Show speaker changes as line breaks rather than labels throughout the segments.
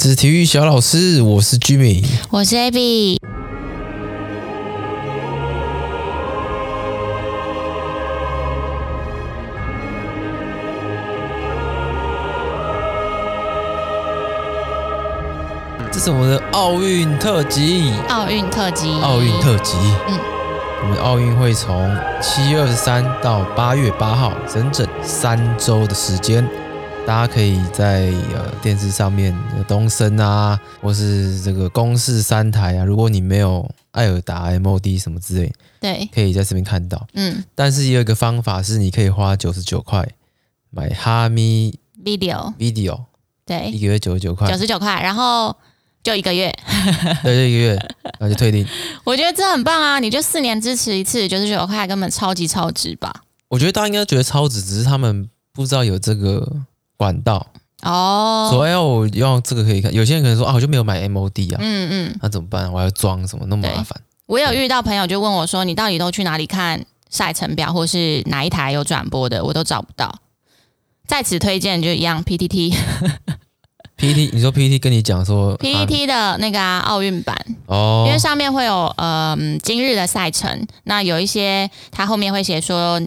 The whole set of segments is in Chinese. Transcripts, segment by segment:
是体育小老师，我是 Jimmy。
我是 Abby。
这是我们的奥运特辑，
奥运特辑，
奥运特辑。
嗯，
我们奥运会从七月二十三到八月八号，整整三周的时间，大家可以在呃电视上面呃东森啊，或是这个公视三台啊，如果你没有艾尔达 MOD 什么之类，
对，
可以在这边看到。
嗯
但是也有一个方法是，你可以花九十九块买哈咪
，video，
Video，一
对，
个月九十九块
九，十九块，然后就一个月，
对，就一个月，然后就退订。
我觉得这很棒啊！你就四年支持一次，九十九块，根本超级超值吧？
我觉得大家应该觉得超值，只是他们不知道有这个管道，
哦，
所以啊我用这个可以看。有些人可能说啊，我就没有买 MOD 啊，
嗯嗯，
那怎么办？我还要装什么，那么麻烦。
我有遇到朋友就问我说，你到底都去哪里看赛程表，或是哪一台有转播的，我都找不到。在此推荐就一样，PTT
PPT，你说 E PPT 跟你讲说
PTT 的那个啊奥运版，
啊哦
E 因为上面会有呃嗯今日的赛程，那有一些它后面会写说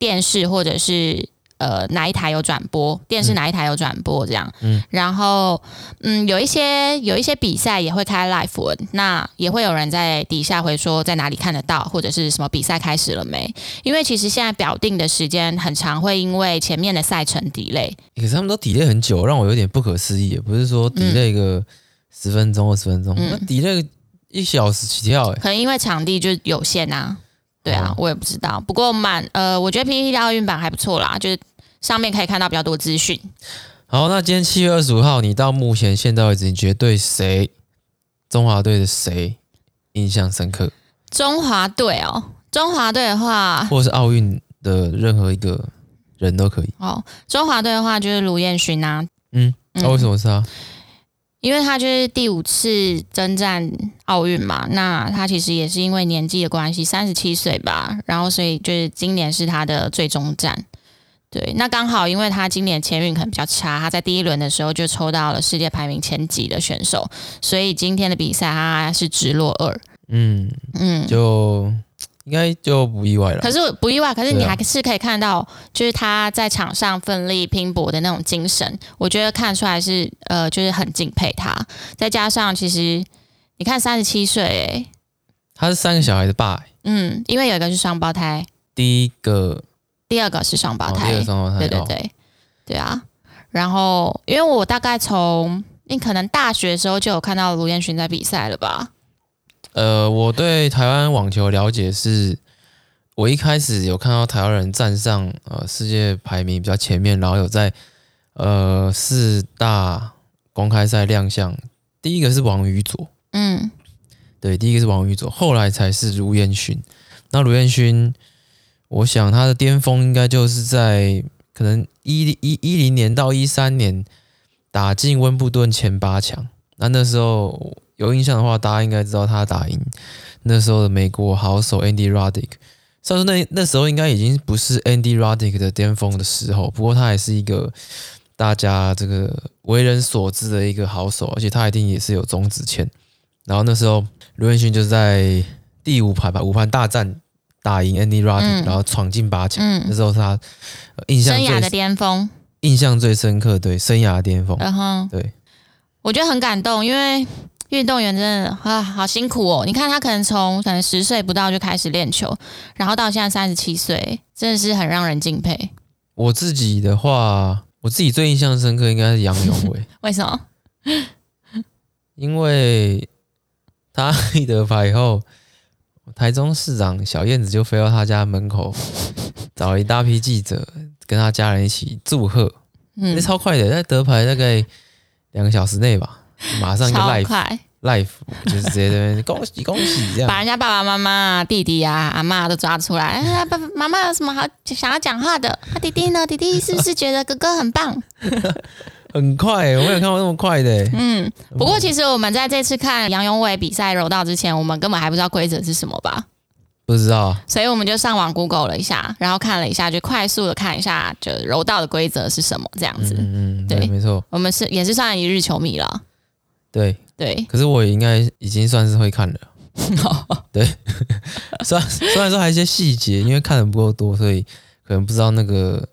电视或者是呃哪一台有转播，电视哪一台有转播这样。
嗯
嗯，然后嗯有一些有一些比赛也会开 live 文，那也会有人在底下回说在哪里看得到，或者是什么比赛开始了没？因为其实现在表定的时间很长，会因为前面的赛程 delay。
可是他们都 delay 很久，让我有点不可思议。不是说 delay 个十分钟、二十分钟，
嗯
那 delay 个一小时起跳、欸，
可能因为场地就有限啊。对啊，
哦
我也不知道。不过蛮呃，我觉得 PPT 的奥运版还不错啦，就是上面可以看到比较多资讯。
好，那今天七月二十五号，你到目前现在为止，你觉得对谁中华队的谁印象深刻，
中华队哦，中华队的话，
或者是奥运的任何一个人都可以？
哦，中华队的话就是卢彦勋啊，
嗯，那、
嗯
为什么是他？
因为他就是第五次征战奥运嘛，那他其实也是因为年纪的关系，三十七岁吧，然后所以就是今年是他的最终战。对，那刚好因为他今年前运可能比较差，他在第一轮的时候就抽到了世界排名前几的选手，所以今天的比赛他是直落二。
嗯，
嗯，
就应该就不意外了
可。是我不意外，可是你
对啊
还是可以看到，就是他在场上奋力拼搏的那种精神，我觉得看出来是呃，就是很敬佩他。再加上其实你看三十七岁，哎，
他是三个小孩的爸、欸
嗯，因为有一个是双胞胎，
第一个
第二个是双胞
哦，
胎，
第二个双胞胎，
对对
哦，
对、对啊。然后因为我大概从你可能大学的时候就有看到卢彦勋在比赛了吧？
呃，我对台湾网球了解是，我一开始有看到台湾人站上呃世界排名比较前面，然后有在呃四大公开赛亮相，第一个是王宇佐，
嗯
对，第一个是王宇佐，后来才是卢彦勋。那卢彦勋，我想他的巅峰应该就是在可能一一一零年到一三年打进温布顿前八强。那那时候有印象的话，大家应该知道他打赢那时候的美国好手 Andy Roddick。虽然说那那时候应该已经不是 Andy Roddick 的巅峰的时候，不过他还是一个大家这个为人所知的一个好手，而且他一定也是有中指签。然后那时候卢彦勋就在第五盘吧，五盘大战打赢 Andy Roddick，、
嗯
然后闯进八强。那
嗯，
时候是他呃印象
生涯的
最
巅峰，呃
印象最深刻，对，生涯巅峰，
然后
对，
嗯我觉得很感动，因为运动员真的啊好辛苦哦。你看他可能从可能十岁不到就开始练球，然后到现在三十七岁，真的是很让人敬佩。
我自己的话，我自己最印象深刻应该是杨永 伟，
为什么？
因为他一得牌以后，台中市长小燕子就飞到他家门 口，找了一大批记者跟他家人一起祝贺，那、
嗯，
超快的，在得牌大概两个小时内吧，马上就
超
live
快，
live，就是直接在那边 恭喜恭喜这样
把。人家爸爸妈妈、弟弟啊、阿妈都抓出来。啊、爸爸妈妈有什么好想要讲话的？啊他、弟弟呢？弟弟是不是觉得哥哥很棒？
很快、我没有看过那么快的、
嗯，不过其实我们在这次看杨永伟比赛柔道之前，我们根本还不知道规则是什么吧？
不知道啊
所以我们就上网 Google 了一下，然后看了一下，就快速的看一下，就柔道的规则是什么这样子。
嗯嗯，对，
对
没错，
我们是也是算一日球迷了，
对，
对，
可是我应该已经算是会看了，虽然虽然说还有一些细节，因为看的不够多，所以可能不知道那个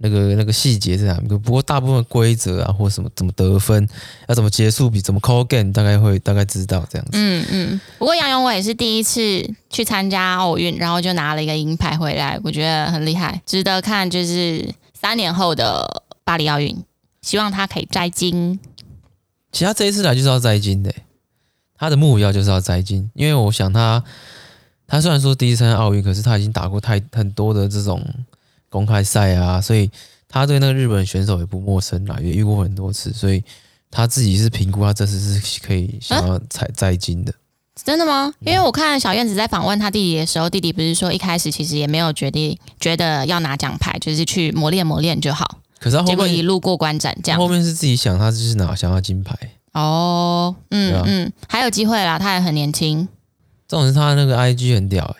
那个那个细节是哪个。不过大部分规则啊，或什么怎么得分，要怎么结束比，怎么 call game，大概会大概知道这样子。
嗯嗯。不过杨永伟是第一次去参加奥运，然后就拿了一个银牌回来，我觉得很厉害，值得看。就是三年后的巴黎奥运，希望他可以摘金。
其实他这一次来就是要摘金的、他的目标就是要摘金，因为我想他他虽然说第一次参加奥运，可是他已经打过太很多的这种公开赛啊，所以他对那个日本选手也不陌生啦，也遇过很多次，所以他自己是评估他这次是可以想要采摘金的。
真的吗？
嗯
因为我看小燕子在访问她弟弟的时候，弟弟不是说一开始其实也没有决定觉得要拿奖牌，就是去磨练磨练就好。
可是他后
结果一
面
路过关斩将
后，面是自己想，他就是拿想要金牌。
哦，嗯、
对啊
嗯，还有机会啦，他还很年轻，
重点是他那个 IG 很屌、欸，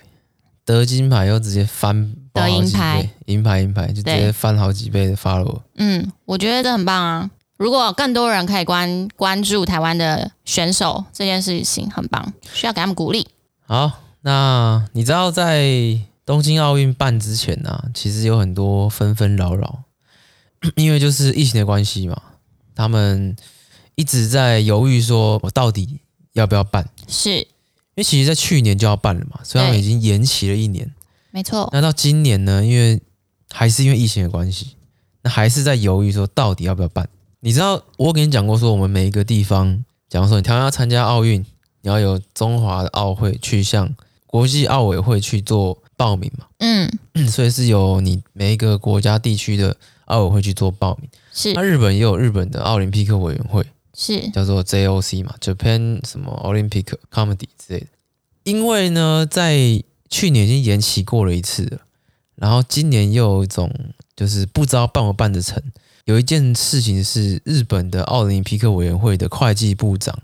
得金牌又直接翻
得
好几
银牌
倍，银牌银牌就直接
对
翻好几倍的 follow。
嗯，我觉得这很棒啊。如果更多人可以关关注台湾的选手这件事情，很棒，需要给他们鼓励。
好，那你知道在东京奥运办之前呢、啊，其实有很多纷纷扰扰， 因为就是疫情的关系嘛，他们一直在犹豫说我到底要不要办，
是，
因为其实在去年就要办了嘛，所以他们
对
已经延期了一年。
没错，
那到今年呢，因为还是因为疫情的关系，那还是在犹豫说到底要不要办。你知道我跟你讲过说，我们每一个地方，假如说你台湾要参加奥运，你要有中华的奥会去向国际奥委会去做报名嘛，
嗯，
所以是由你每一个国家地区的奥委会去做报名。
是
那日本也有日本的奥林匹克委员会，
是，
叫做 JOC 嘛，Japan 什么 Olympic Comedy 之类的。因为呢，在去年已经延期过了一次了，然后今年又有一种就是不知道办不办得成。有一件事情是日本的奥林匹克委员会的会计部长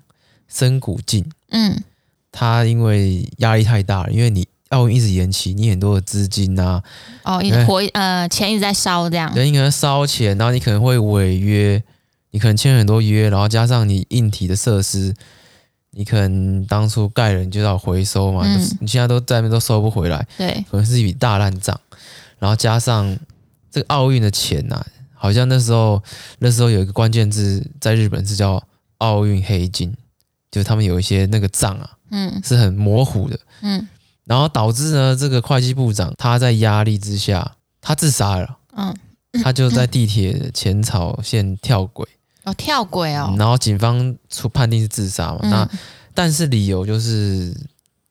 森谷进，
嗯，
他因为压力太大了，因为你奥运一直延期，你很多的资金啊，
哦，一
对
直火呃钱一直在烧这样，
人你可能烧钱，然后你可能会违约，你可能签很多约，然后加上你硬体的设施，你可能当初盖人就要回收嘛，
嗯
你现在都在那边都收不回来，
对，
可能是一笔大烂账。然后加上这个奥运的钱呐、好像那时候那时候有一个关键字在日本是叫奥运黑金，就是他们有一些那个账啊
嗯
是很模糊的，
嗯
然后导致呢这个会计部长他在压力之下他自杀了。
嗯，
他就在地铁前草线跳轨，
哦跳轨哦，
然后警方出判定是自杀嘛。那
嗯，
但是理由就是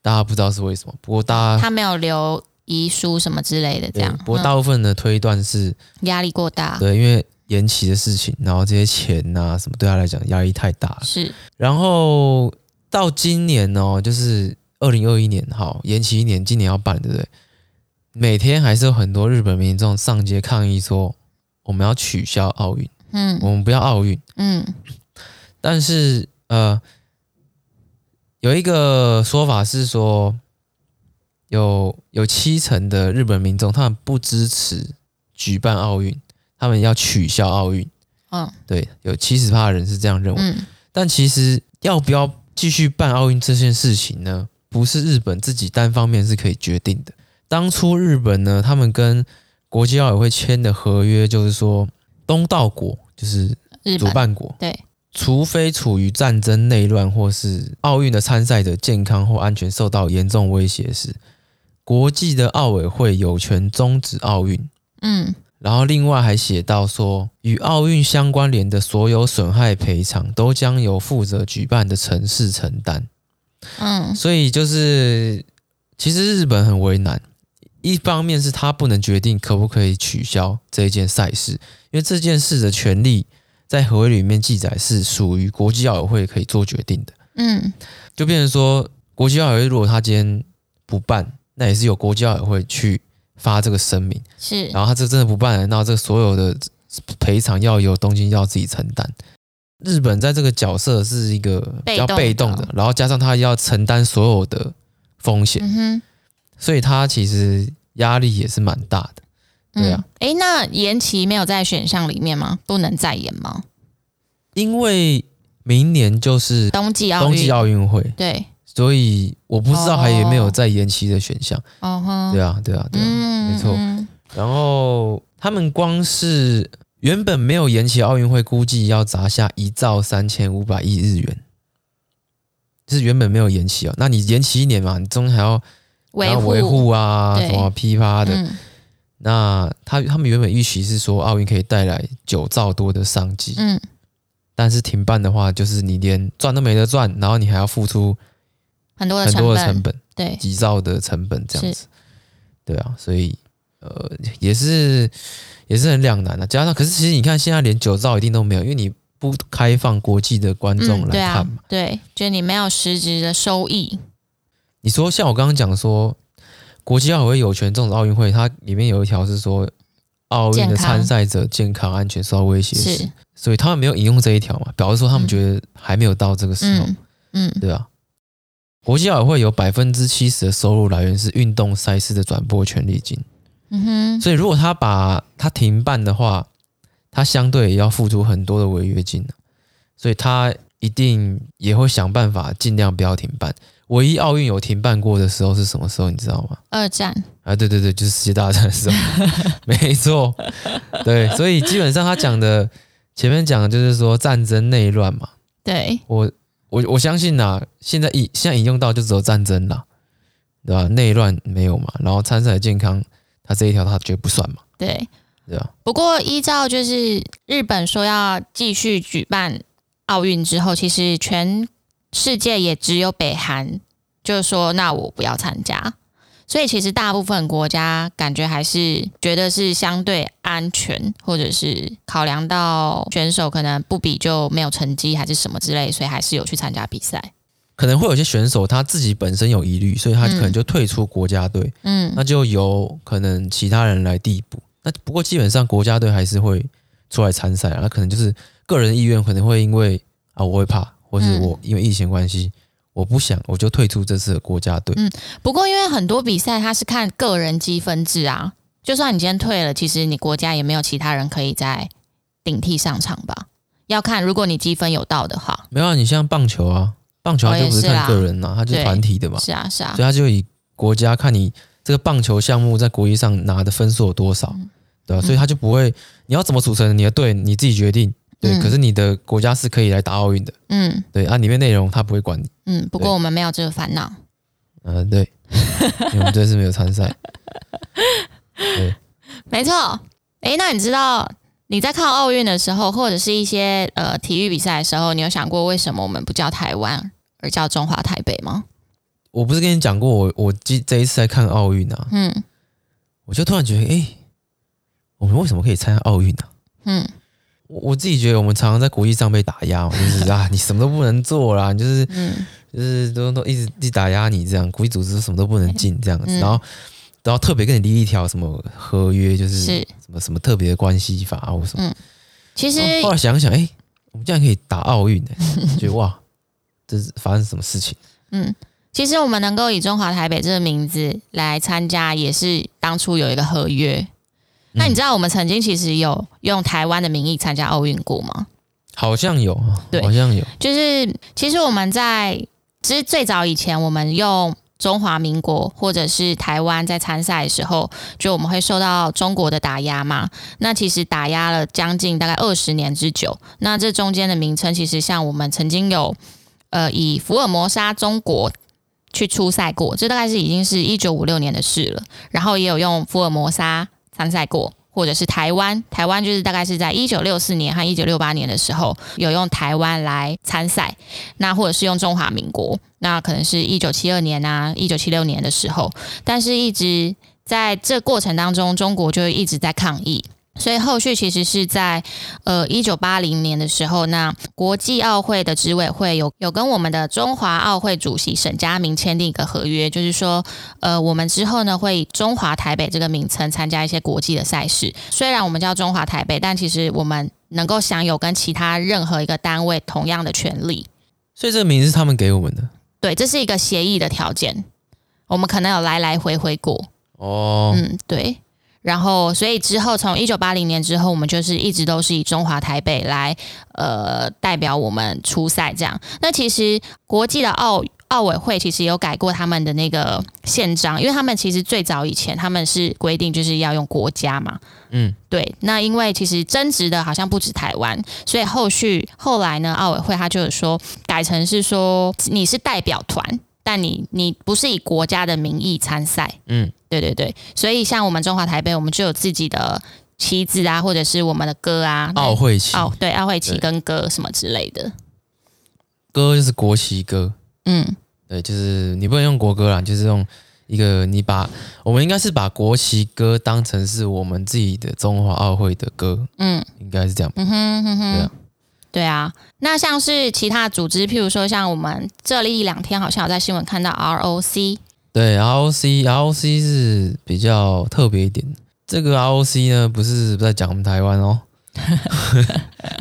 大家不知道是为什么，不过大家
他没有留遗书什么之类的这
对
样，
不过
嗯啊
大部分的推断是、
压力过大，
对，因为延期的事情，然后这些钱呐、什么对他来讲压力太大了。
是，
然后到今年哦，就是二零二一年，好延期一年，今年要办，对不对？每天还是有很多日本民众上街抗议说，我们要取消奥运，
嗯
我们不要奥运。
嗯
但是呃，有一个说法是说，有有七成的日本民众他们不支持举办奥运，他们要取消奥运。
嗯
对，有七十趴的人是这样认为。
嗯，
但其实要不要继续办奥运这件事情呢，不是日本自己单方面是可以决定的。当初日本呢，他们跟国际奥委会签的合约就是说，东道国就是
日
主
本
办国，
对，
除非处于战争、内乱或是奥运的参赛者健康或安全受到严重威胁时，国际的奥委会有权终止奥运。
嗯
然后另外还写到说，与奥运相关联的所有损害赔偿都将由负责举办的城市承担。
嗯
所以就是，其实日本很为难，一方面是他不能决定可不可以取消这一件赛事，因为这件事的权利在合约里面记载是属于国际奥委会可以做决定的，
嗯
就变成说国际奥委会如果他今天不办，那也是由国际奥委会去发这个声明，
是，
然后他这真的不办了，那这所有的赔偿要由东京要自己承担。日本在这个角色是一个比较被
被动
动
的哦
的，然后加上他要承担所有的风险，
嗯哼。
所以他其实压力也是蛮大的。对啊
嗯，诶，那延期没有在选项里面吗？不能再延吗？
因为明年就是
冬季奥运，
冬季奥运会，
对，
所以我不知道还有没有
哦
再延期的选项。
哦哼，
对啊，对啊，对啊。
嗯
没错
嗯
然后他们光是原本没有延期的奥运会，估计要砸下一兆三千五百亿日元，是原本没有延期哦。那你延期一年嘛，你中间还要还
维
要
护
维护啊，
对
什么噼啪的。
嗯
那他他们原本预期是说啊奥运可以带来九兆多的商机，
嗯，
但是停办的话，就是你连赚都没得赚，然后你还要付出
很多的
很
成
多
本，
的成本。
对，
几兆的成本这样子，对啊，所以呃也是也是很两难的、啊加上可是其实你看现在连九兆一定都没有，因为你不开放国际的观众
嗯，对
来看
啊
嘛。，
对，就是你没有实质的收益，
你说像我刚刚讲说，国际奥委会有权这种奥运会，它里面有一条是说奥运的
健康
参赛者健康安全受到威胁时
是，，
所以他们没有引用这一条嘛，表示说他们
嗯
觉得还没有到这个时候，
嗯嗯，
对啊。国际奥委会有百分之七十的收入来源是运动赛事的转播权利金。
嗯哼，
所以如果他把他停办的话，他相对也要付出很多的违约金，啊所以他一定也会想办法尽量不要停办。唯一奥运有停办过的时候是什么时候？你知道吗？
二战，
啊，对对对，就是世界大战的时候， 没错，对，所以基本上他讲的前面讲的就是说战争内乱嘛，
对，
我我我相信啦，现在引现在引用到就只有战争啦，对吧？内乱没有嘛，然后参赛健康，他这一条他绝不算嘛，
对。
对吧？
不过，依照就是日本说要继续举办奥运之后，其实全世界也只有北韩就说那我不要参加，所以其实大部分国家感觉还是觉得是相对安全，或者是考量到选手可能不比就没有成绩还是什么之类，所以还是有去参加比赛。
可能会有些选手他自己本身有疑虑，所以他可能就退出国家队，
嗯
那就由可能其他人来递补。那不过基本上国家队还是会出来参赛啊，那可能就是个人意愿可能会因为啊我会怕，或是
嗯
我因为疫情关系我不想，我就退出这次的国家队。
嗯不过，因为很多比赛它是看个人积分制啊，就算你今天退了，其实你国家也没有其他人可以再顶替上场吧？要看如果你积分有到的话，
没有、啊，你像棒球啊，棒球它就不是
哦也是
看
啦
个人呐、啊，它就是
对
团体的嘛，
是啊是啊
所以，他就以国家看你这个棒球项目在国际上拿的分数有多
嗯
少，对吧、所以他就不会，你要怎么组成你的队，你自己决定。对，
嗯
可是你的国家是可以来打奥运的，
嗯
对啊，里面内容他不会管你，
嗯。不
对
过我们没有这个烦恼，
嗯、对， 因为我们这次没有参赛，
没错。诶，那你知道你在看奥运的时候，或者是一些呃体育比赛的时候，你有想过为什么我们不叫台湾而叫中华台北吗？
我不是跟你讲过，我我这这一次在看奥运啊，
嗯
我就突然觉得，哎、我们为什么可以参加奥运呢、啊
嗯
我我自己觉得，我们常常在国际上被打压嘛，就是 啊，你什么都不能做啦，你就是
嗯
就是都都一直一直打压你这样，国际组织什么都不能进这样子，
嗯
然后然后特别跟你立一条什么合约，就是
是
什么什么特别的关系法啊或什么。
其实
然后后来想想，哎、我们竟然可以打奥 运、欸，觉得哇，这是发生什么事情？
嗯，其实我们能够以中华台北这个名字来参加，也是当初有一个合约。那
嗯
你知道我们曾经其实有用台湾的名义参加奥运过吗？
好像有，
对
好像有，
就是其实我们在其实最早以前，我们用中华民国或者是台湾在参赛的时候，就我们会受到中国的打压嘛。那其实打压了将近大概二十年之久。那这中间的名称，其实像我们曾经有呃以福尔摩沙中国。去出赛过，这大概是已经是一九五六年的事了。然后也有用福尔摩沙参赛过，或者是台湾，台湾就是大概是在一九六四年和一九六八年的时候有用台湾来参赛，那或者是用中华民国，那可能是一九七二年啊，一九七六年的时候，但是一直在这过程当中，中国就一直在抗议。所以后续其实是在呃一九八零年的时候，那国际奥会的执委会有有跟我们的中华奥会主席沈佳明签订一个合约，就是说呃，我们之后呢会以中华台北这个名称参加一些国际的赛事。虽然我们叫中华台北，但其实我们能够享有跟其他任何一个单位同样的权利。
所以这个名字是他们给我们的
对，这是一个协议的条件。我们可能有来来回回过，
哦。
嗯，对。然后，所以之后从一九八零年之后，我们就是一直都是以中华台北来呃代表我们出赛这样。那其实国际的奥奥委会其实有改过他们的那个宪章，因为他们其实最早以前他们是规定就是要用国家嘛，
嗯，
对。那因为其实争执的好像不止台湾，所以后续后来呢，奥委会他就有说改成是说你是代表团，但你你不是以国家的名义参赛，
嗯，
对对对。所以像我们中华台北，我们就有自己的旗子啊，或者是我们的歌啊，
嗯奥会旗，
奥对奥会旗
对
跟歌什么之类的，
歌就是国旗歌，
嗯
对，就是你不能用国歌啦，就是用一个你把我们应该是把国旗歌当成是我们自己的中华奥会的歌，
嗯。
应该是这样吧。
嗯哼哼
对
哼
啊，
对啊。那像是其他组织，譬如说像我们这里一两天好像有在新闻看到 ROC，
对，ROC ROC 是比较特别一点的。这个 ROC 呢，不是在讲我们台湾哦，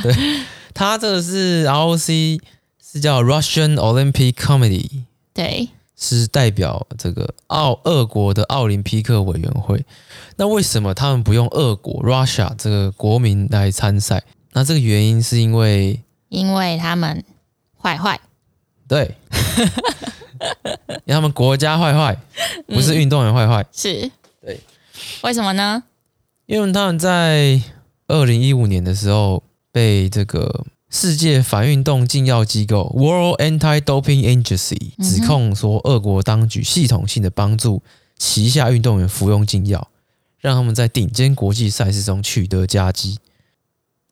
对，它这个是 ROC 是叫 Russian Olympic Committee，
对，
是代表这个奥俄国的奥林匹克委员会。那为什么他们不用俄国 Russia 这个国民来参赛？那这个原因是因为
因为他们坏坏，
对，因为他们国家坏坏，不是运动员坏坏。
嗯是，
对，
为什么呢？
因为他们在二零一五年的时候被这个世界反运动禁药机构 World Anti-Doping Agency
嗯哼
指控说，俄国当局系统性的帮助旗下运动员服用禁药，让他们在顶尖国际赛事中取得佳绩。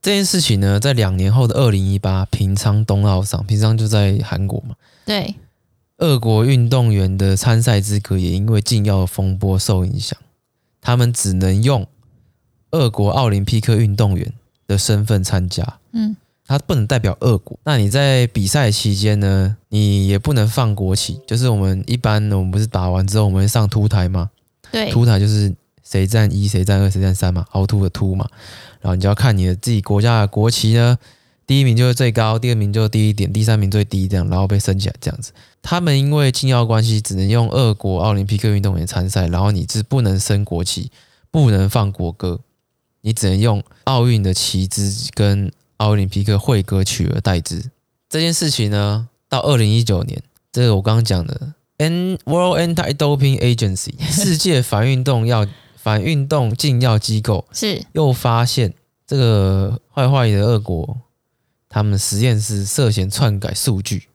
这件事情呢，在两年后的二零一八平昌冬奥上，平昌就在韩国嘛，
对，
俄国运动员的参赛资格也因为禁药风波受影响，他们只能用俄国奥林匹克运动员的身份参加，
嗯
他不能代表俄国。那你在比赛期间呢，你也不能放国旗，就是我们一般我们不是打完之后我们会上凸台吗？
对，
凸台就是谁站一、谁站二、谁站三嘛，凹凸的凸嘛。然后你就要看你的自己国家的国旗呢，第一名就是最高，第二名就低一点，第三名最低这样，然后被升起来这样子。他们因为禁药关系，只能用俄国奥林匹克运动员参赛，然后你是不能升国旗，不能放国歌，你只能用奥运的旗帜跟奥林匹克会歌取而代之。这件事情呢，到二零一九年，这个我刚刚讲的 N World Anti-Doping Agency 世界反运动药反运动禁药机构
是，
又发现这个坏坏的俄国，他们实验室涉嫌篡改数据，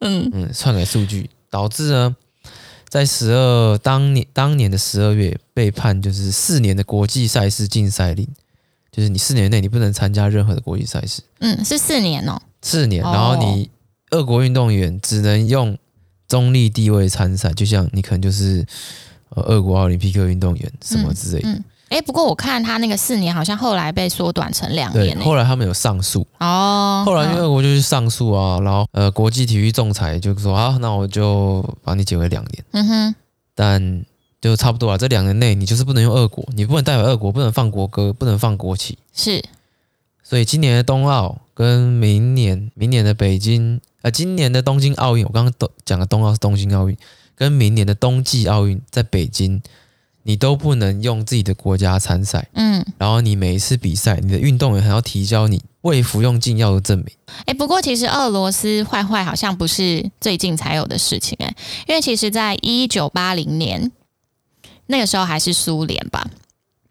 嗯
嗯，篡改数据导致呢，在十二当年当年的十二月被判就是四年的国际赛事禁赛令，就是你四年内你不能参加任何的国际赛事，
嗯，是四年哦，
四年，
哦
然后你俄国运动员只能用中立地位参赛，就像你可能就是呃俄国奥林匹克运动员什么之类的。
嗯。哎，不过我看他那个四年好像后来被缩短成两
对
年，呢。
后来他们有上诉，
哦，
后来因为
嗯
俄国就去上诉啊，然后呃国际体育仲裁就说啊，那我就把你解为两年，
嗯哼，
但就差不多啊，这两年内你就是不能用俄国，你不能代表俄国，不能放国歌，不能放国旗，
是，
所以今年的冬奥跟明年明年的北京，呃，今年的东京奥运，我刚刚都讲的冬奥是东京奥运，跟明年的冬季奥运在北京，你都不能用自己的国家参赛，
嗯，
然后你每一次比赛，你的运动员还要提交你未服用禁药的证明。
哎、不过其实俄罗斯坏坏好像不是最近才有的事情哎、因为其实在一九八零年那个时候还是苏联吧，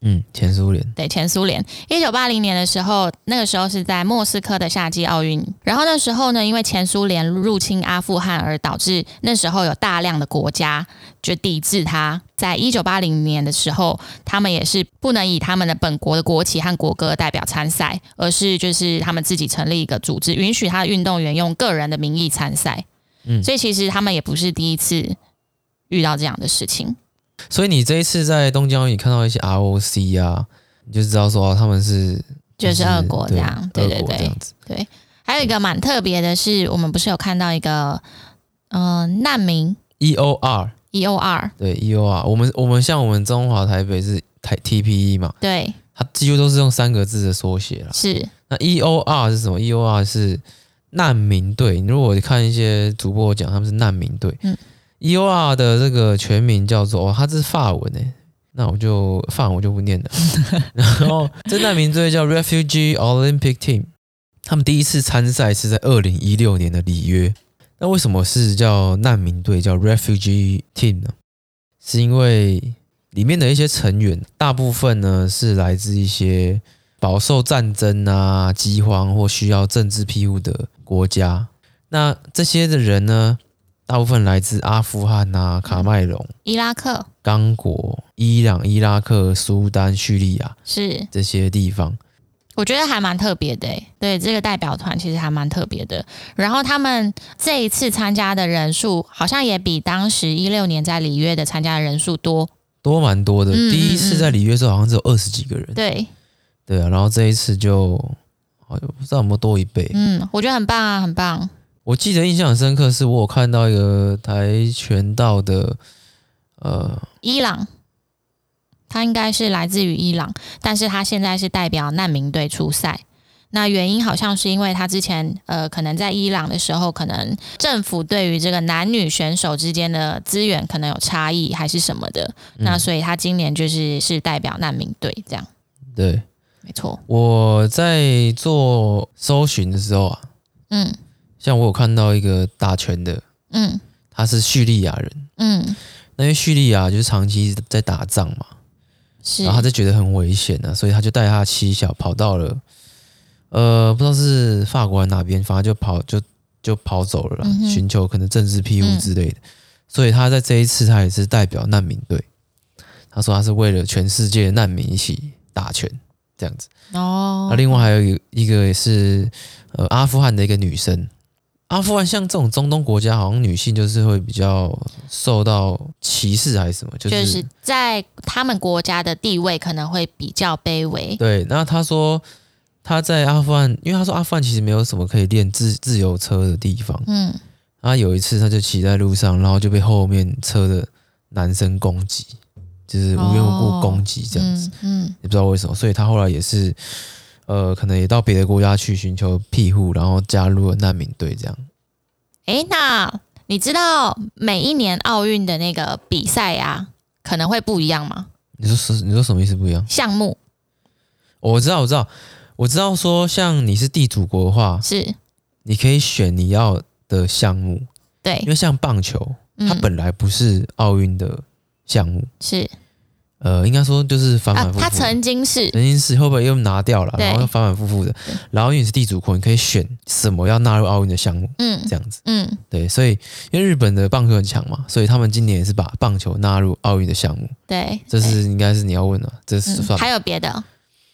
嗯，前苏联，
对，前苏联。一九八零年的时候，那个时候是在莫斯科的夏季奥运，然后那时候呢，因为前苏联入侵阿富汗而导致那时候有大量的国家就抵制它。在一九八零年的时候，他们也是不能以他们的本国的国旗和国歌代表参赛，而是就是他们自己成立一个组织，允许他的运动员用个人的名义参赛。
嗯
所以其实他们也不是第一次遇到这样的事情。
所以你这一次在东京奥运你看到一些 ROC 啊，你就知道说、啊他们是
就是俄国这样对对
俄国
对
这样子，
还有一个蛮特别的是，我们不是有看到一个嗯、呃难民
E
，E
EOR
EOR
对 EOR，我们我们像我们中华台北是台 TPE 嘛。
对
它几乎都是用三个字的缩写啦。
是
那 EOR 是什么？EOR 是难民队。你如果看一些主播讲，他们是难民队。E
嗯
EOR 的这个全名叫做，哦，它是法文诶、那我就法文我就不念了。然后这难民队叫 Refugee Olympic Team，他们第一次参赛是在二零一六年的里约。那为什么是叫难民队叫 Refugee Team 呢？是因为里面的一些成员大部分呢是来自一些饱受战争啊、饥荒或需要政治庇护的国家。那这些的人呢，大部分来自阿富汗啊、卡麦隆、
伊拉克
刚果、伊朗、伊拉克、苏丹、叙利亚
是，
这些地方。
我觉得还蛮特别的、欸。对，这个代表团其实还蛮特别的。然后他们这一次参加的人数，好像也比当时一六年在里约的参加的人数多。
多蛮多的，
嗯
第一次在里约的时候好像只有二十几个人，
对，
对啊，然后这一次就好像不知道有没有多一倍。
嗯，我觉得很棒啊，很棒。
我记得印象很深刻，是我有看到一个跆拳道的，呃，
伊朗，他应该是来自于伊朗，但是他现在是代表难民队出赛。那原因好像是因为他之前呃，可能在伊朗的时候，可能政府对于这个男女选手之间的资源可能有差异，还是什么的。
嗯
那所以他今年就是是代表难民队这样，
对，
没错。
我在做搜寻的时候啊，
嗯
像我有看到一个打拳的，
嗯
他是叙利亚人，
嗯，
那因为叙利亚就是长期在打仗嘛，
是
然后他就觉得很危险啊，所以他就带他的妻小跑到了，呃，不知道是法国还是哪边，反正就跑就就跑走了啦
嗯哼
寻求可能政治庇护
嗯
之类的。所以他在这一次他也是代表难民队，他说他是为了全世界的难民一起打拳这样子。那
哦，
另外还有一一个也是呃阿富汗的一个女生，阿富汗像这种中东国家，好像女性就是会比较受到歧视还是什么，就
就是是在他们国家的地位可能会比较卑微。
对，那他说他在阿富汗，因为他说阿富汗其实没有什么可以练自自由车的地方。
嗯，
他有一次他就骑在路上，然后就被后面车的男生攻击，就是无缘无故
哦
攻击这样子，
嗯，嗯
也不知道为什么。所以他后来也是，呃，可能也到别的国家去寻求庇护，然后加入了难民队这样。
诶，那你知道每一年奥运的那个比赛呀、可能会不一样吗？
你说是你说什么意思不一样？
项目
我知道，我知道，我知道说像你是地主国的话，
是
你可以选你要的项目，因
对，
为像棒球，它
嗯，
本来不是奥运的项目，
是
呃，应该说就是反反
啊
复，复。
它曾经是
曾经是后来又拿掉了，
对
然后又反反复复的
对。
然后因为你是地主国，你可以选什么要纳入奥运的项目，
嗯
这样子。
嗯
对，所以因为日本的棒球很强嘛，所以他们今年也是把棒球纳入奥运的项目。
对，
这是应该是你要问的，这
对
是
嗯
算吧
还有别的，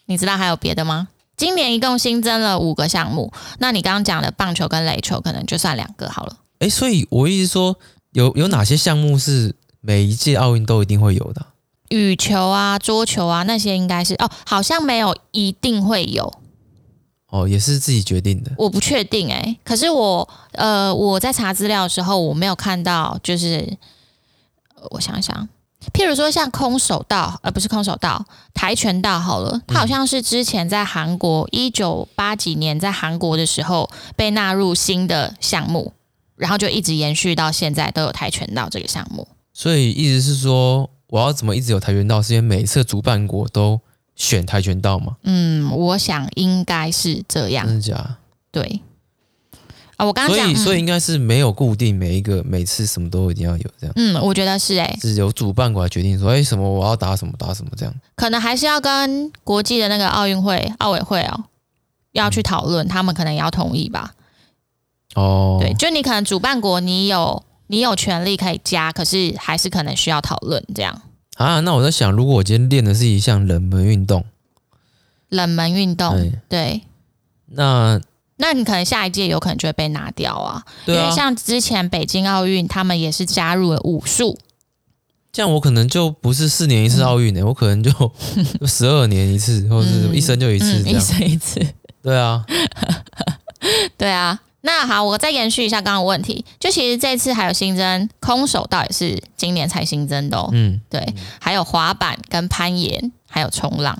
你知道还有别的吗？今年一共新增了五个项目，那你刚刚讲的棒球跟垒球可能就算两个好了。
哎，所以我一直说有有哪些项目是每一届奥运都一定会有的啊？
羽球啊、桌球啊那些应该是哦，好像没有一定会有，
哦，也是自己决定的。
我不确定哎、可是我呃我在查资料的时候，我没有看到，就是呃我想想，譬如说像空手道，呃不是空手道，跆拳道好了，它好像是之前在韩国一九八几年在韩国的时候被纳入新的项目，然后就一直延续到现在都有跆拳道这个项目。
所以意思是说，我要怎么一直有跆拳道？是因为每一次主办国都选跆拳道嘛？
嗯，我想应该是这样，
真的假的？
对。啊、我刚刚
所
讲，
以，所以
嗯
应该是没有固定每一个每次什么都一定要有这样，
嗯，我觉得是哎、
是由主办国来决定说，哎、什么我要打什么打什么这样。
可能还是要跟国际的那个奥运会、奥委会哦，要去讨论，他们可能也要同意吧。
哦，
对，就你可能主办国你有你有权利可以加，可是还是可能需要讨论这样
啊，那我在想，如果我今天练的是一项冷门运动，
冷门运动。
对
对，
那
那你可能下一届有可能就会被拿掉啊，
对
因
啊
为，像之前北京奥运，他们也是加入了武术，
这样我可能就不是四年一次奥运欸呢，我可 能就十二年一次，或者是
嗯
一生就一次
嗯，
这
一
样。
次一次。
对啊，
对啊，那好，我再延续一下刚刚的问题，就其实这次还有新增空手道也是今年才新增的哦。
嗯，
对，还有滑板、跟攀岩，还有冲浪，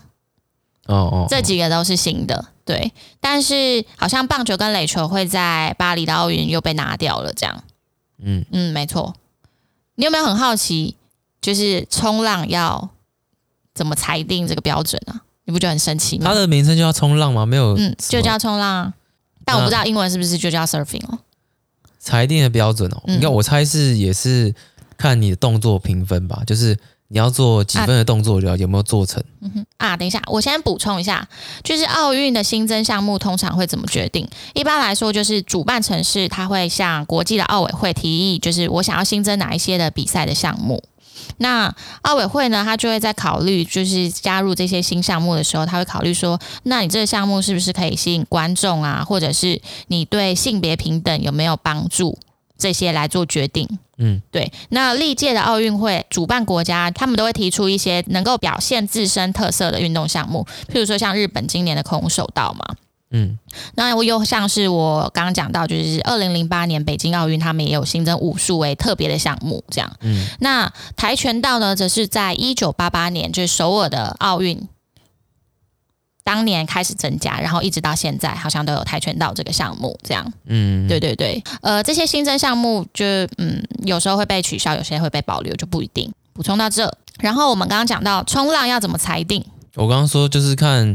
哦哦，
这
哦
几个都是新的。对，但是好像棒球跟垒球会在巴黎的奥运又被拿掉了，这样。
嗯，
嗯，没错。你有没有很好奇，就是冲浪要怎么裁定这个标准啊？你不觉得很神奇吗
它？的名称就叫冲浪吗？没有什么，
嗯，就叫冲浪啊，但我不知道英文是不是就叫 surfing 哦。
裁定的标准哦。
嗯
应该我猜是也是看你的动作评分吧，就是你要做几分的动作，有有没有做成？
啊，等一下，我先补充一下，就是奥运的新增项目通常会怎么决定？一般来说，就是主办城市它会向国际的奥委会提议，就是我想要新增哪一些的比赛的项目。那奥委会呢，它就会在考虑，就是加入这些新项目的时候，它会考虑说，那你这个项目是不是可以吸引观众啊，或者是你对性别平等有没有帮助，这些来做决定。
嗯，
对，那历届的奥运会主办国家，他们都会提出一些能够表现自身特色的运动项目，譬如说像日本今年的空手道嘛。
嗯，
那我又像是我刚刚讲到，就是二零零八年北京奥运，他们也有新增武术为特别的项目，这样。
嗯，
那跆拳道呢，则是在一九八八年，就是首尔的奥运，当年开始增加，然后一直到现在，好像都有跆拳道这个项目，这样。
嗯，
对对对，呃，这些新增项目就嗯，有时候会被取消，有些会被保留，就不一定。补充到这，然后我们刚刚讲到冲浪要怎么裁定，
我刚刚说就是看，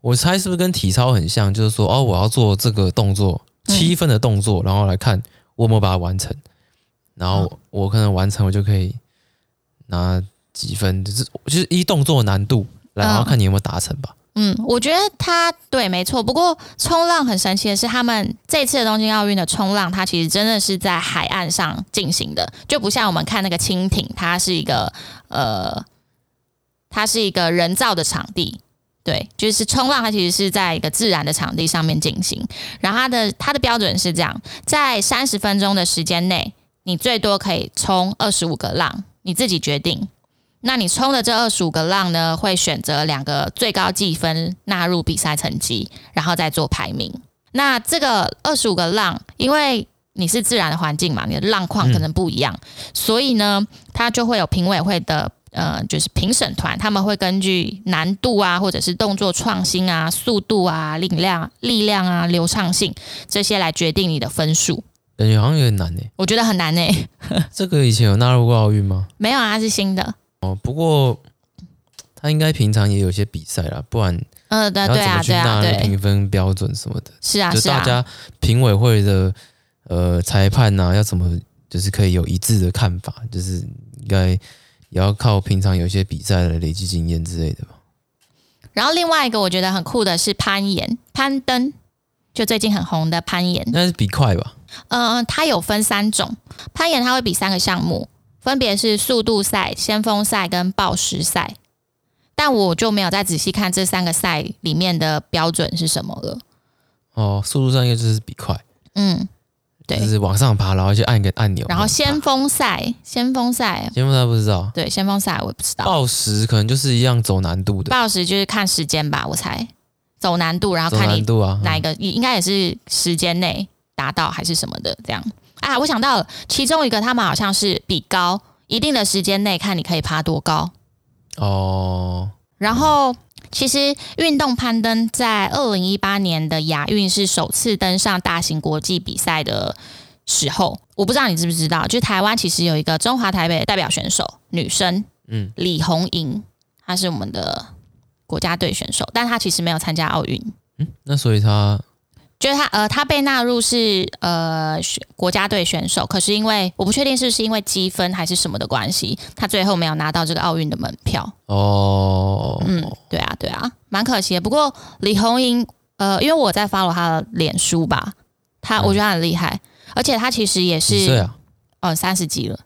我猜是不是跟体操很像，就是说哦，我要做这个动作
嗯
七分的动作，然后来看我有没有把它完成，然
嗯
后我可能完成我就可以拿几分，就是就是依动作难度来，
嗯
然后看你有没有达成吧。
嗯，我觉得他对，没错。不过冲浪很神奇的是，他们这次的东京奥运的冲浪，它其实真的是在海岸上进行的，就不像我们看那个蜻蜓，它是一个呃，它是一个人造的场地。对，就是冲浪，它其实是在一个自然的场地上面进行。然后它的它的标准是这样，在三十分钟的时间内，你最多可以冲二十五个浪，你自己决定。那你冲的这二十五个浪呢，会选择两个最高计分纳入比赛成绩，然后再做排名。那这个二十五个浪，因为你是自然的环境嘛，你的浪况可能不一样，所以呢，它就会有评委会的呃，就是评审团，他们会根据难度啊，或者是动作创新啊、速度啊、力量、力量啊、流畅性这些来决定你的分数。
感觉好像有点 难呢。欸
我觉得很难呢、欸
这个以前有纳入过奥运吗？
没有啊，它是新的。
哦，不过他应该平常也有一些比赛啦，不然
呃，对
要怎
对啊，
么去
对
纳
啊，
入
对，
评分标准什么的？
是啊，
就是
啊。
大家评委会的呃裁判呐、要怎么就是可以有一致的看法，就是应该也要靠平常有一些比赛的累积经验之类的
嗯
吧。
然后另外一个我觉得很酷的是攀岩、攀登，就最近很红的攀岩。
那是比快吧？
嗯、它有分三种，攀岩它会比三个项目，分别是速度赛、先锋赛跟报时赛。但我就没有再仔细看这三个赛里面的标准是什么了。
哦，速度上应该就是比快，
嗯，对
就。是往上爬，然后去按一个按钮。
然后
先
先锋赛，先锋赛，
先锋赛不知道，
对，先锋赛我也不知道。
报时可能就是一样走难度的，
报时就是看时间吧，我猜走难度，然后
走
看你
难度啊。
哪一
嗯
个应该也是时间内达到还是什么的这样啊？我想到了，其中一个他们好像是比高，一定的时间内看你可以爬多高。
哦，
然后其实运动攀登在二零一八年的亚运是首次登上大型国际比赛的时候，我不知道你知不知道，就台湾其实有一个中华台北的代表选手，女生
嗯，
李红莹，她是我们的国家队选手，但她其实没有参加奥运。
那所以他
就是他呃，他被纳入是呃选国家队选手，可是因为我不确定是不是因为积分还是什么的关系，他最后没有拿到这个奥运的门票。
哦，
嗯，对啊，对啊，蛮可惜的。不过李红英呃，因为我在 follow 他的脸书吧，他
嗯
我觉得他很厉害，而且他其实也
几岁
是
啊？
哦三十几了，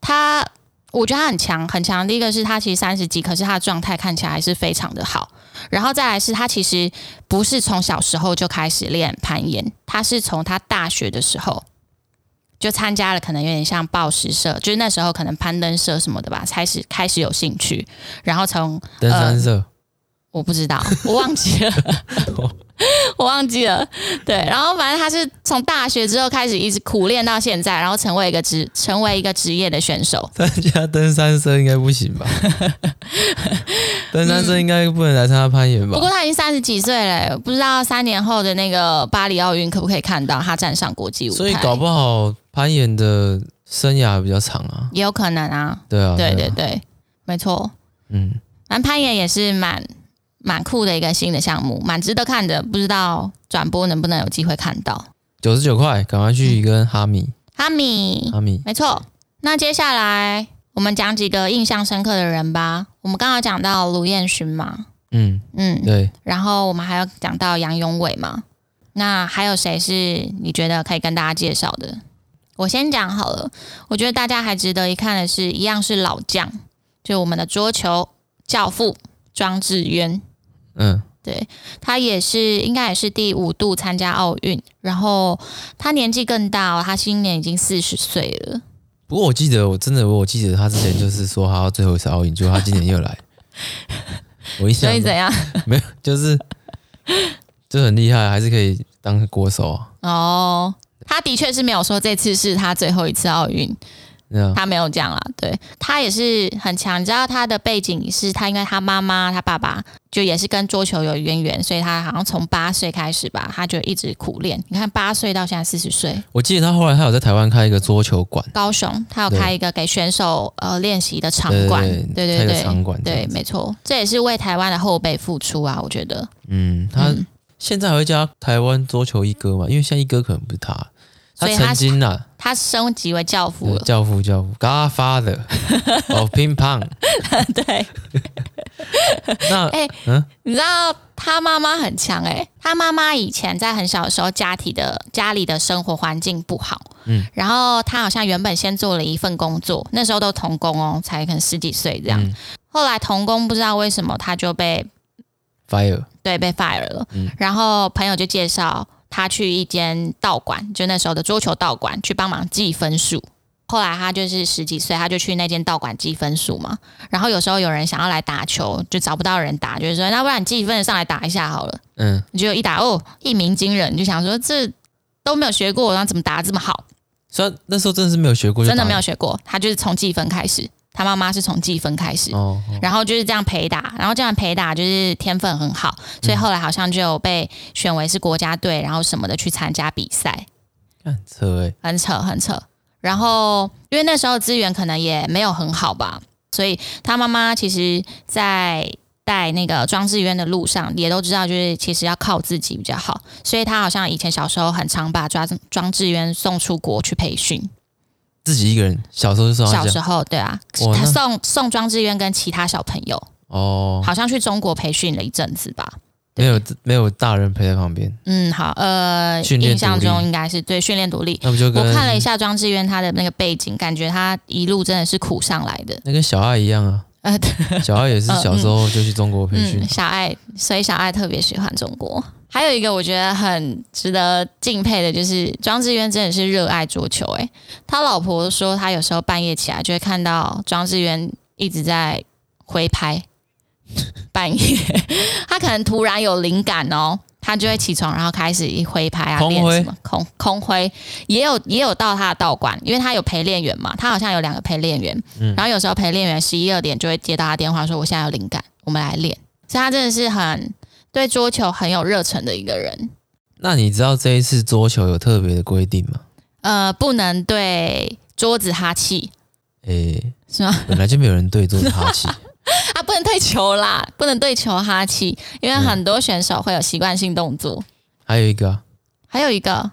他我觉得他很强很强。第一个是他其实三十几，可是他的状态看起来还是非常的好。然后再来是他其实不是从小时候就开始练攀岩，他是从他大学的时候就参加了，可能有点像报时社，就是那时候可能攀登社什么的吧，开始开始有兴趣，然后从
登山社。
我不 知道，我忘记了，
哦
我忘记了。对，然后反正他是从大学之后开始一直苦练到现在，然后成为一个职成为一个职业的选手。
参加登山社应该不行 吧？登山社应该不能来参加攀岩吧
嗯不？过他已经三十几岁了，不知道三年后的那个巴黎奥运可不可以看到他站上国际舞台？
所以搞不好攀岩的生涯比较长啊。
也有可能啊。
对啊，
对
对
对
啊，
对，没错。
嗯，
反正攀岩也是蛮蛮酷的一个新的项目，蛮值得看的。不知道转播能不能有机会看到
九十九块，赶快去跟哈米
哈米？
哈米
没错。那接下来我们讲几个印象深刻的人吧。我们刚刚有讲到卢彦勋嘛，
嗯，
嗯，
对，
然后我们还要讲到杨永伟嘛。那还有谁是你觉得可以跟大家介绍的？我先讲好了，我觉得大家还值得一看的是，一样是老将，就是我们的桌球教父庄智渊。
嗯，
对他也是，应该也是第五度参加奥运，然后他年纪更大哦，他今年已经四十岁了。
不过我记得，我真的我记得他之前就是说他要最后一次奥运，结果他今年又 来，我印
所
象
以怎样？
没有，就是就很厉害，还是可以当国手啊，
哦，他的确是没有说这次是他最后一次奥运，
嗯那
他没有讲啦。对他也是很强，你知道他的背景是他因为他妈妈、他爸爸就也是跟桌球有渊源，所以他好像从八岁开始吧，他就一直苦练。你看八岁到现在四十岁，
我记得他后来他有在台湾开一个桌球馆，
高雄他有
对
开一个给选手呃练习的场
对
馆，对
对
对
开个
对，
场馆这
对，
样子
没错，这也是为台湾的后辈付出啊，我觉得。
嗯，他、
嗯
现在还会加台湾桌球一哥嘛？因为现在一哥可能不是他，他
所以他
曾经啊，
他升级为教父
对
了，
教父教父 Godfather of Ping Pong。
对，
那
哎你知道他妈妈很强哎、他妈妈以前在很小的时候，家庭的家里的生活环境不好，嗯
嗯，
然后他好像原本先做了一份工作，那时候都童工哦，才可能十几岁这样，
嗯
后来童工不知道为什么他就被
Fire
对，被 fire 了。
嗯
然后朋友就介绍他去一间道馆，就那时候的桌球道馆去帮忙记分数。后来他就是十几岁，他就去那间道馆记分数嘛。然后有时候有人想要来打球，就找不到人打，就是说，那不然你记分上来打一下好了。
嗯，
你就一打哦，一鸣惊人，你就想说这都没有学过，然后怎么打得这么好？
虽然那时候真的是没有学过，
真的没有学过，他就是从记分开始，他妈妈是从记分开始。
哦，哦
然后就是这样陪打，然后这样陪打就是天分很好，所以后来好像就有被选为是国家队，然后什么的去参加比赛，
干扯哎，
很扯很扯。然后因为那时候资源可能也没有很好吧，所以他妈妈其实，在带那个庄智渊的路上，也都知道就是其实要靠自己比较好，所以他好像以前小时候很常把庄庄智渊送出国去培训。
自己一个人小时候就说他
小
这
时
样
候对啊，
哇
他
那
送送庄智渊跟其他小朋友，
哦，
好像去中国培训了一阵子吧。
没有没有大人陪在旁边，
嗯，好，呃，
训练
印象
独立
中应该是对训练独立。
那不就
我
跟
看了一下庄智渊他的那个背景，感觉他一路真的是苦上来的。
那跟小爱一样啊，
呃，对
小爱也是小时候就去中国培训
嗯，，小爱，所以小爱特别喜欢中国。还有一个我觉得很值得敬佩的，就是庄智渊真的是热爱桌球、欸。他老婆说他有时候半夜起来就会看到庄智渊一直在挥拍，半夜他可能突然有灵感哦。他就会起床，然后开始一挥拍啊，
空
练
挥
什么空空挥，也有也有到他的道馆，因为他有陪练员嘛，他好像有两个陪练员，
嗯
然后有时候陪练员十一二点就会接到他电话说我现在有灵感，我们来练。所以他真的是很对桌球很有热忱的一个人。
那你知道这一次桌球有特别的规定吗？
呃，不能对桌子哈气
诶，
是吗？
本来就没有人对桌子哈气，
啊，不能对球啦，不能对球哈气，因为很多选手会有习惯性动作。
还有一个啊，
还有一个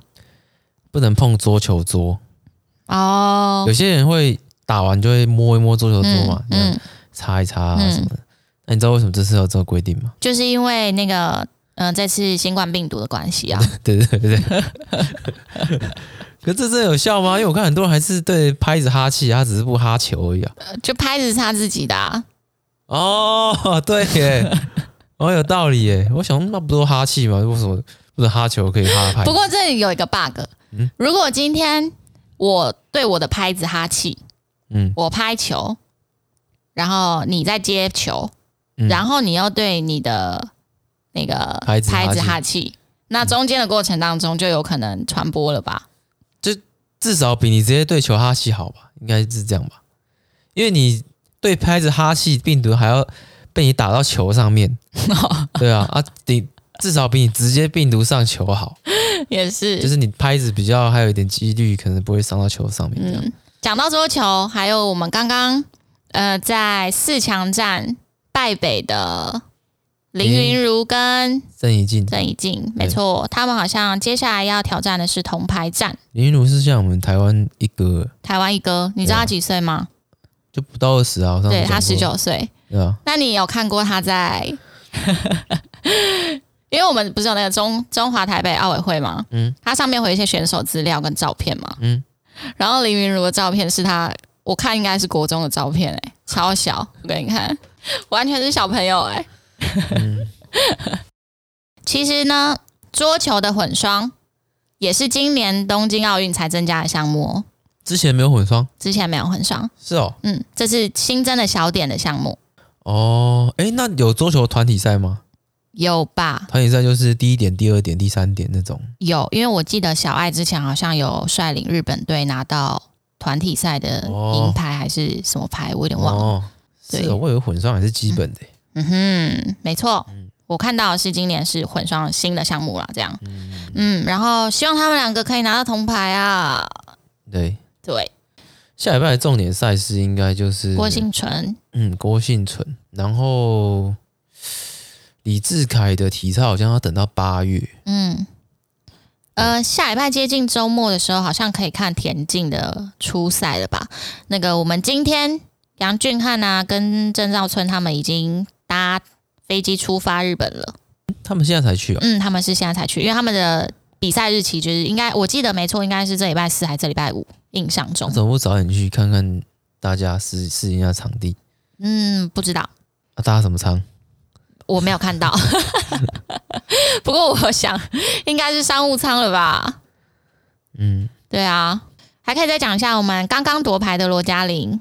不能碰桌球桌。
哦
有，些人会打完就会摸一摸桌球桌嘛，嗯，
嗯，
擦一擦啊什么的。那你知道为什么这次要有这个规定 吗？
就是因为那个嗯、呃这次新冠病毒的关系啊，
对对对对。 可这真的有效吗？因为我看很多人还是对拍子哈气，他只是不哈球而已啊。
呃 就拍子是他自己的、啊，
哦， 对耶，哦有道理耶。我想那不都哈气吗？为什么不能哈球可以哈拍？
不过这里有一个 bug，、
嗯
如果今天我对我的拍子哈气，
嗯，
我拍球，然后你在接球，
嗯
然后你又对你的那个
拍子哈气
哈气，那中间的过程当中就有可能传播了吧？
至少比你直接对球哈气好吧？应该是这样吧？因为你对拍子哈气，病毒还要被你打到球上面。对啊，啊，你至少比你直接病毒上球好，
也是，
就是你拍子比较还有一点几率，可能不会伤到球上面这样。
嗯，讲到桌球，还有我们刚刚呃在四强战败北的林云如跟
郑怡静，
郑怡静，没错，他们好像接下来要挑战的是铜牌战，
林云儒是像我们台湾一哥，
台湾一哥，你知道他几岁吗？
就不到二十啊，我上次
对他十
啊讲过，
九岁，
对啊，
那你有看过他在？ 因为我们不是有那个中中华台北奥委会吗？
嗯
嗯，它上面会有一些选手资料跟照片嘛。
嗯
嗯，然后林云如的照片是他，我看应该是国中的照片、欸，超小，我给你看，完全是小朋友、欸， 其实呢，桌球的混双也是今年东京奥运才增加的项目哦，
之前没有混双，
之前没有混双，
是哦，
嗯，这是新增的小点的项目，
哦，哎，那有桌球团体赛吗？
有吧？
团体赛就是第一点、第二点、第三点那种，
有，因为我记得小爱之前好像有率领日本队拿到团体赛的
哦
银牌还是什么牌，我有点忘了。
哦，是
对
哦，我以为混双还是基本的，
嗯哼，没错，我看到的是今年是混双新的项目啦，这样。嗯，然后希望他们两个可以拿到铜牌啊。
对。
对，
下礼拜的重点赛事应该就是
郭幸存
嗯，郭幸存，然后李志凯的体操好像要等到八月，
嗯，呃，下礼拜接近周末的时候，好像可以看田径的初赛了吧？那个我们今天杨俊翰啊，跟郑兆春他们已经搭飞机出发日本了。
他们现在才去哦。
嗯，他们是现在才去，因为他们的比赛日期就是应该我记得没错，应该是这礼拜四还是这礼拜五，印象
那
中。
怎么不早点去看看大家试试一下场地
嗯，不知道。
啊？搭什么舱？
我没有看到， 不过我想应该是商务舱了吧？
嗯，
对啊，还可以再讲一下我们刚刚夺牌的罗嘉玲，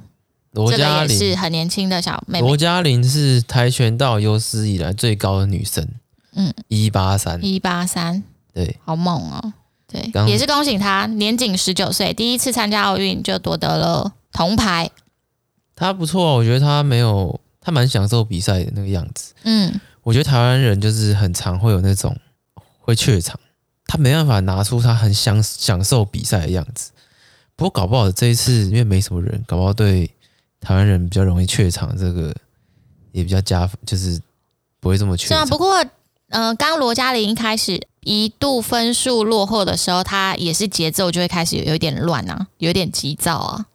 罗
这
嘉
个也是
玲，
很年轻的小妹妹
罗，嘉玲是跆拳道有史以来最高的女生，
嗯，
一八三，
一八三，
对，
好猛哦！对
刚，
也是恭喜她，年仅十九岁，第一次参加奥运就夺得了铜牌。
她不错啊，我觉得她没有，她蛮享受比赛的那个样子。
嗯，
我觉得台湾人就是很常会有那种会怯场，他没办法拿出他很享享受比赛的样子。不过搞不好这一次因为没什么人，搞不好对台湾人比较容易怯场，这个也比较加分，就是不会这么怯
是啊，
场。
不过，呃，刚罗嘉玲一开始一度分数落后的时候，她也是节奏就会开始有一点乱啊，有一点急躁啊，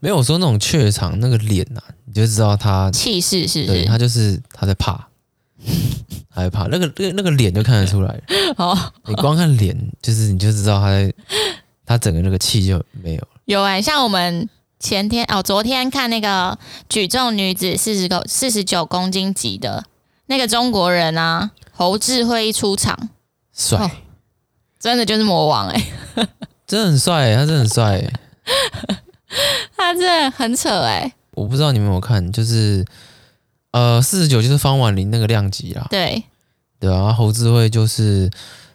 没有说那种怯场那个脸呐、你就知道他，
气势是不
对
是？
他就是他在怕，他在怕，那个那个那个脸就看得出 来了。
哦，
你光看脸，就是你就知道他在他整个那个气就没有。
有哎、像我们前天哦，昨天看那个举重女子四十公四十九公斤级的那个中国人啊，侯智慧一出场，
帅、
哦真的就是魔王哎、
真的很帅欸、他真的很帅欸、
他真的很扯哎、
我不知道你们有没有看，就是呃四十九就是方婉玲那个量级啦，
对，
对啊，然后侯智慧就是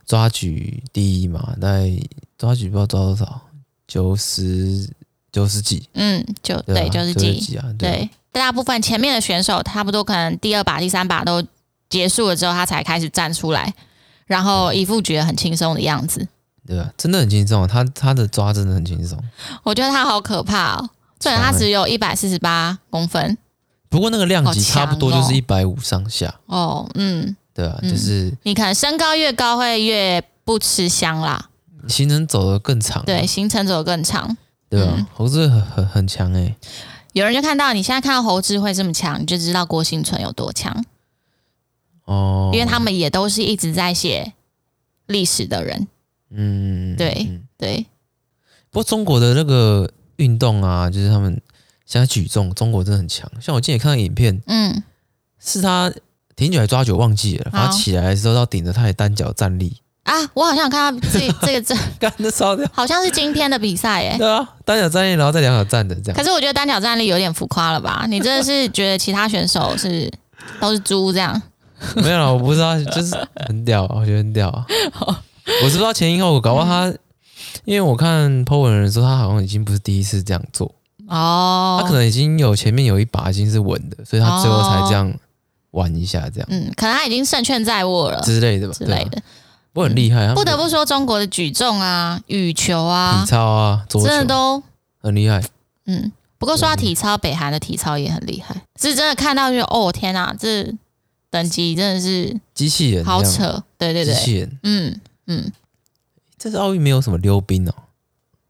抓举第一嘛，大概抓举不知道抓多少，九十九十几，
嗯，就
对,、啊、
对，就是
90
记。
几啊，对啊
对，大部分前面的选手差不多可能第二把、第三把都结束了之后，他才开始站出来，然后一副觉得很轻松的样子。
对啊，真的很轻松啊，他他的抓真的很轻松。
我觉得他好可怕哦，虽然他
强欸
只有一百四十八公分
不过那个量级
好强
差
哦
不多就是一百五上下，
哦，嗯，
对啊，
嗯
就是
你可能身高越高会越不吃香啦，
行程走得更长，
对，行程走得更长。
对啊，
嗯
侯智慧很很很强哎、
有人就看到你现在看到侯智慧这么强，你就知道郭幸存有多强，
哦，
因为他们也都是一直在写历史的人，
嗯
对
嗯
对，
不过中国的那个运动啊，就是他们现在举重，中国真的很强。像我今天也看到影片，
嗯，
是他挺起来抓久忘记了，反正
好
起来的时候到顶着，他也单脚站立，
啊，我好像有 看到这这个这
干那烧掉。
好像是今天的比赛耶。
对啊，单脚站立，然后再两脚站着这
可
样。
是我觉得单挑战力有点浮夸了吧？你真的是觉得其他选手是都是猪这样？
没有啦，我不知道，就是很屌，我觉得很屌啊。我是不知道前因后果，搞不好他，因为我看 Po 文的人说他好像已经不是第一次这样做，
哦，
他可能已经有前面有一把已经是稳的，所以他最后才这样玩一下这样
嗯，可能他已经胜券在握了
之类的吧，
之
对
类
啊
的。
不过很厉害，他们嗯
不得不说，中国的举重啊、羽球啊
体，操啊，桌球
真的都
很厉害。
嗯，不过说到体操，北韩的体操也很厉害，是真的看到就哦天啊，这等级真的是
机器人这
好
样，
扯，对对
机
对，
器人。
嗯嗯，
这次奥运没有什么溜冰哦，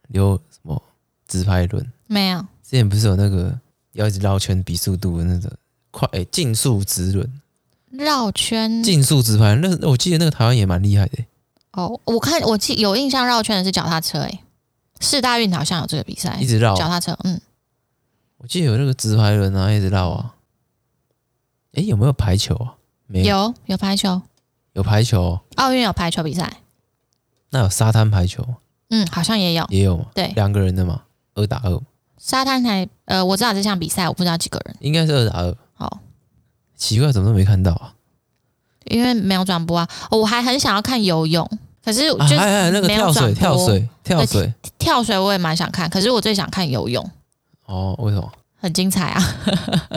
溜什么直排轮？
没有，
之前不是有那个要一直绕圈比速度的那种快诶竞速直轮、
绕圈
竞速直排轮？那我记得那个台湾也蛮厉害的，
哦，我看我记有印象绕圈的是脚踏车、欸，哎，世大运好像有这个比赛
一，直绕。啊
脚踏车，嗯，
我记得有那个直排轮啊，一直绕啊。诶，有没有排球啊？没有，
有有排球，
有排球哦、
奥运有排球比赛，
那有沙滩排球
嗯，好像也有，
也有嘛？
对，
两个人的嘛，二打二，
沙滩台，呃，我知道这项比赛，我不知道几个人，
应该是二打二。
好，
奇怪，怎么都没看到啊？
因为没有转播啊、哦我还很想要看游泳，可是
啊，
就是
还还有那个
没有
跳水，
转播
跳水，跳
对
水。
跳水我也蛮想看，可是我最想看游泳，
哦，为什么？
很精彩啊！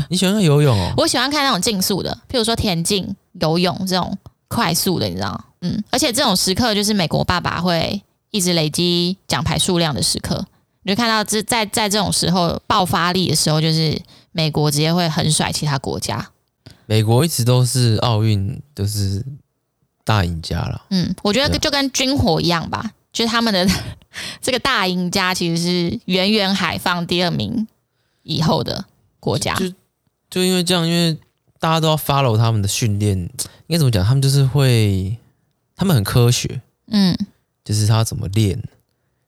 你喜欢看游泳哦？
我喜欢看那种竞速的，譬如说田径、游泳这种快速的，你知道吗？嗯，而且这种时刻就是美国爸爸会一直累积奖牌数量的时刻，你就看到这在在这种时候爆发力的时候，就是美国直接会横甩其他国家。
美国一直都是奥运都是大赢家啦。
嗯，我觉
对
得
啊
就跟军火一样吧，就是他们的这个大赢家其实是远远海放第二名以后的国家。
就就因为这样，因为大家都要 follow 他们的训练，应该怎么讲？他们就是会，他们很科学，
嗯
就是他怎么练，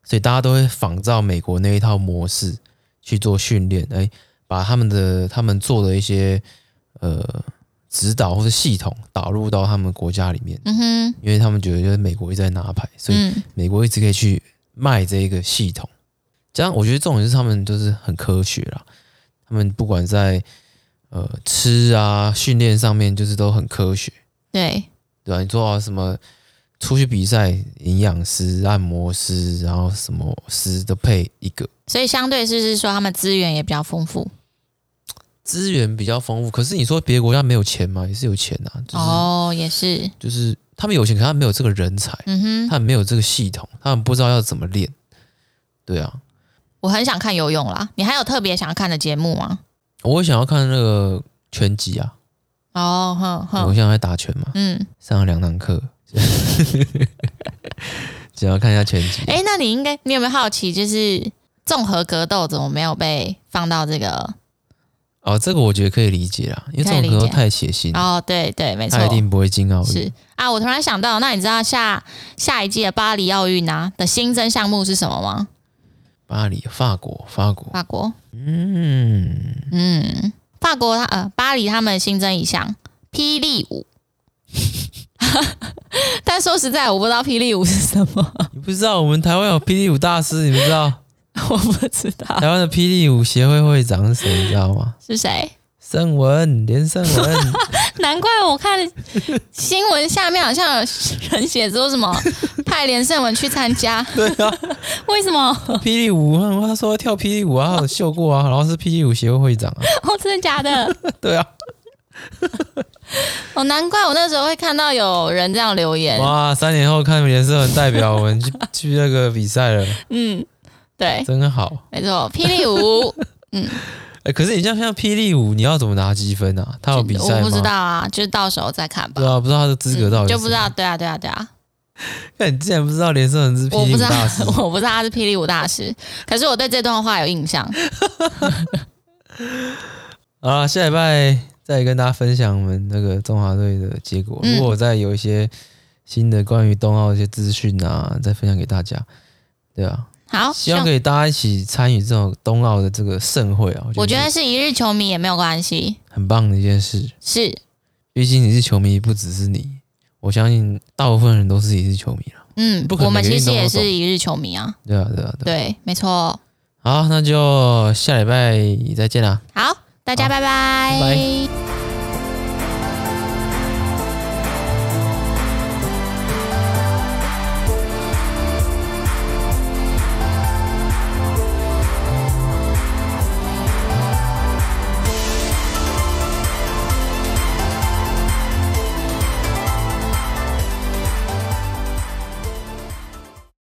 所以大家都会仿照美国那一套模式去做训练，哎，把他们的他们做的一些呃指导或是系统导入到他们国家里面，
嗯哼，
因为他们觉得就是美国一直在拿牌，所以
嗯
美国一直可以去卖这一个系统。这样我觉得重点是他们就是很科学啦，他们不管在呃吃啊训练上面就是都很科学，
对。
对吧、你做好什么出去比赛，营养师、按摩师，然后什么师都配一个，
所以相对是是说他们资源也比较丰富
资源比较丰富。可是你说别的国家没有钱吗？也是有钱啊，就是、
哦，也是，
就是他们有钱，可他们没有这个人才，
嗯
他
哼，
们没有这个系统，他们不知道要怎么练。对啊，
我很想看游泳啦。你还有特别想看的节目吗？
我会想要看那个拳击啊，
哦，哼
我
哼，
现在在打拳嘛，
嗯，
上了两堂课， 想要看一下拳击。
哎、那你应该，你有没有好奇，就是综合格斗怎么没有被放到这个？
哦，这个我觉得可以理解啦，因为这
可以
种
理
格斗
解
太血腥了，
哦，对对，没错
他，一定不会进奥运
是。啊。我突然想到，那你知道下下一届的巴黎奥运啊的新增项目是什么吗？
巴黎，法国，法国，
法国，
嗯，
嗯，法国它呃巴黎他们新增一项霹雳舞， 但说实在我不知道霹雳舞是什么，
你不知道我们台湾有霹雳舞大师，你不知 道
我不知道
台湾的霹雳舞协会会长是谁，你知道吗？
是谁。
盛文，连胜 文，
难怪我看新闻下面好像有人写说 什么派连胜文去参加，
对啊，
为什么？
霹雳舞，他说跳霹雳舞啊，他有秀过啊，然后是霹雳舞协会会长啊，
哦，真的 假的？
对啊，
哦，难怪我那时候会看到有人这样留言。
哇，三年后看连胜文代表我们去 去那个比赛 了，
嗯，对，
真好。
没 错，霹雳舞
哎、可是你像像霹雳舞，你要怎么拿积分啊？他有比赛吗？
我不知道啊，就是到时候再看吧
对。啊，不知道他的资格到底、
嗯就不知道，。对啊，对啊，对啊。
那哎你竟然不知道连胜文是霹
我
雳
不
舞
知道
大师，
我不知道 他是霹雳舞大师，可是我对这段话有印象。
好啦，下礼拜再跟大家分享我们那个中华队的结果。
嗯
如果我再有一些新的关于冬奥的一些资讯啊，再分享给大家。对啊，
好，
希望可以大家一起参与这种冬奥的这个盛会啊，
我觉得
是
是一日球迷也没有关系，
很棒的一件事。
是
毕竟你是球迷，不只是你，我相信大部分人都是也是球迷了。
嗯
不，可能
我们
每个
其
运
实
动都
也
懂
是一日球迷啊，
对啊，对啊，对啊。
对，没错。
好，那就下礼拜再见啦。
好，大家
好
拜拜
拜